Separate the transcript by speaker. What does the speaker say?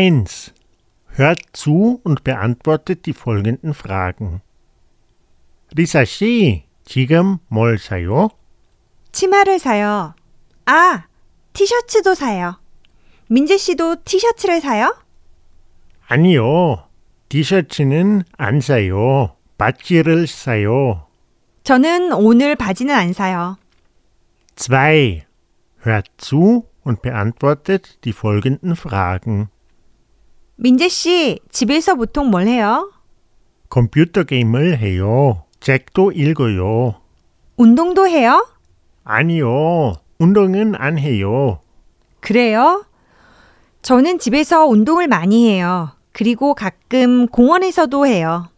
Speaker 1: 1. Hört zu und beantwortet die folgenden Fragen. 리사 씨, 지금 뭘 사요?
Speaker 2: 치마를 사요. 아, 티셔츠도 사요. 민지 씨도 티셔츠를 사요?
Speaker 1: 아니요. 티셔츠는 안 사요. 바지를 사요.
Speaker 2: 저는 오늘 바지는 안 사요.
Speaker 1: 2. Hört zu und beantwortet die folgenden Fragen.
Speaker 2: 민재 씨, 집에서 보통 뭘 해요?
Speaker 1: 컴퓨터 게임을 해요. 책도 읽어요.
Speaker 2: 운동도 해요?
Speaker 1: 아니요. 운동은 안 해요.
Speaker 2: 그래요? 저는 집에서 운동을 많이 해요. 그리고 가끔 공원에서도 해요.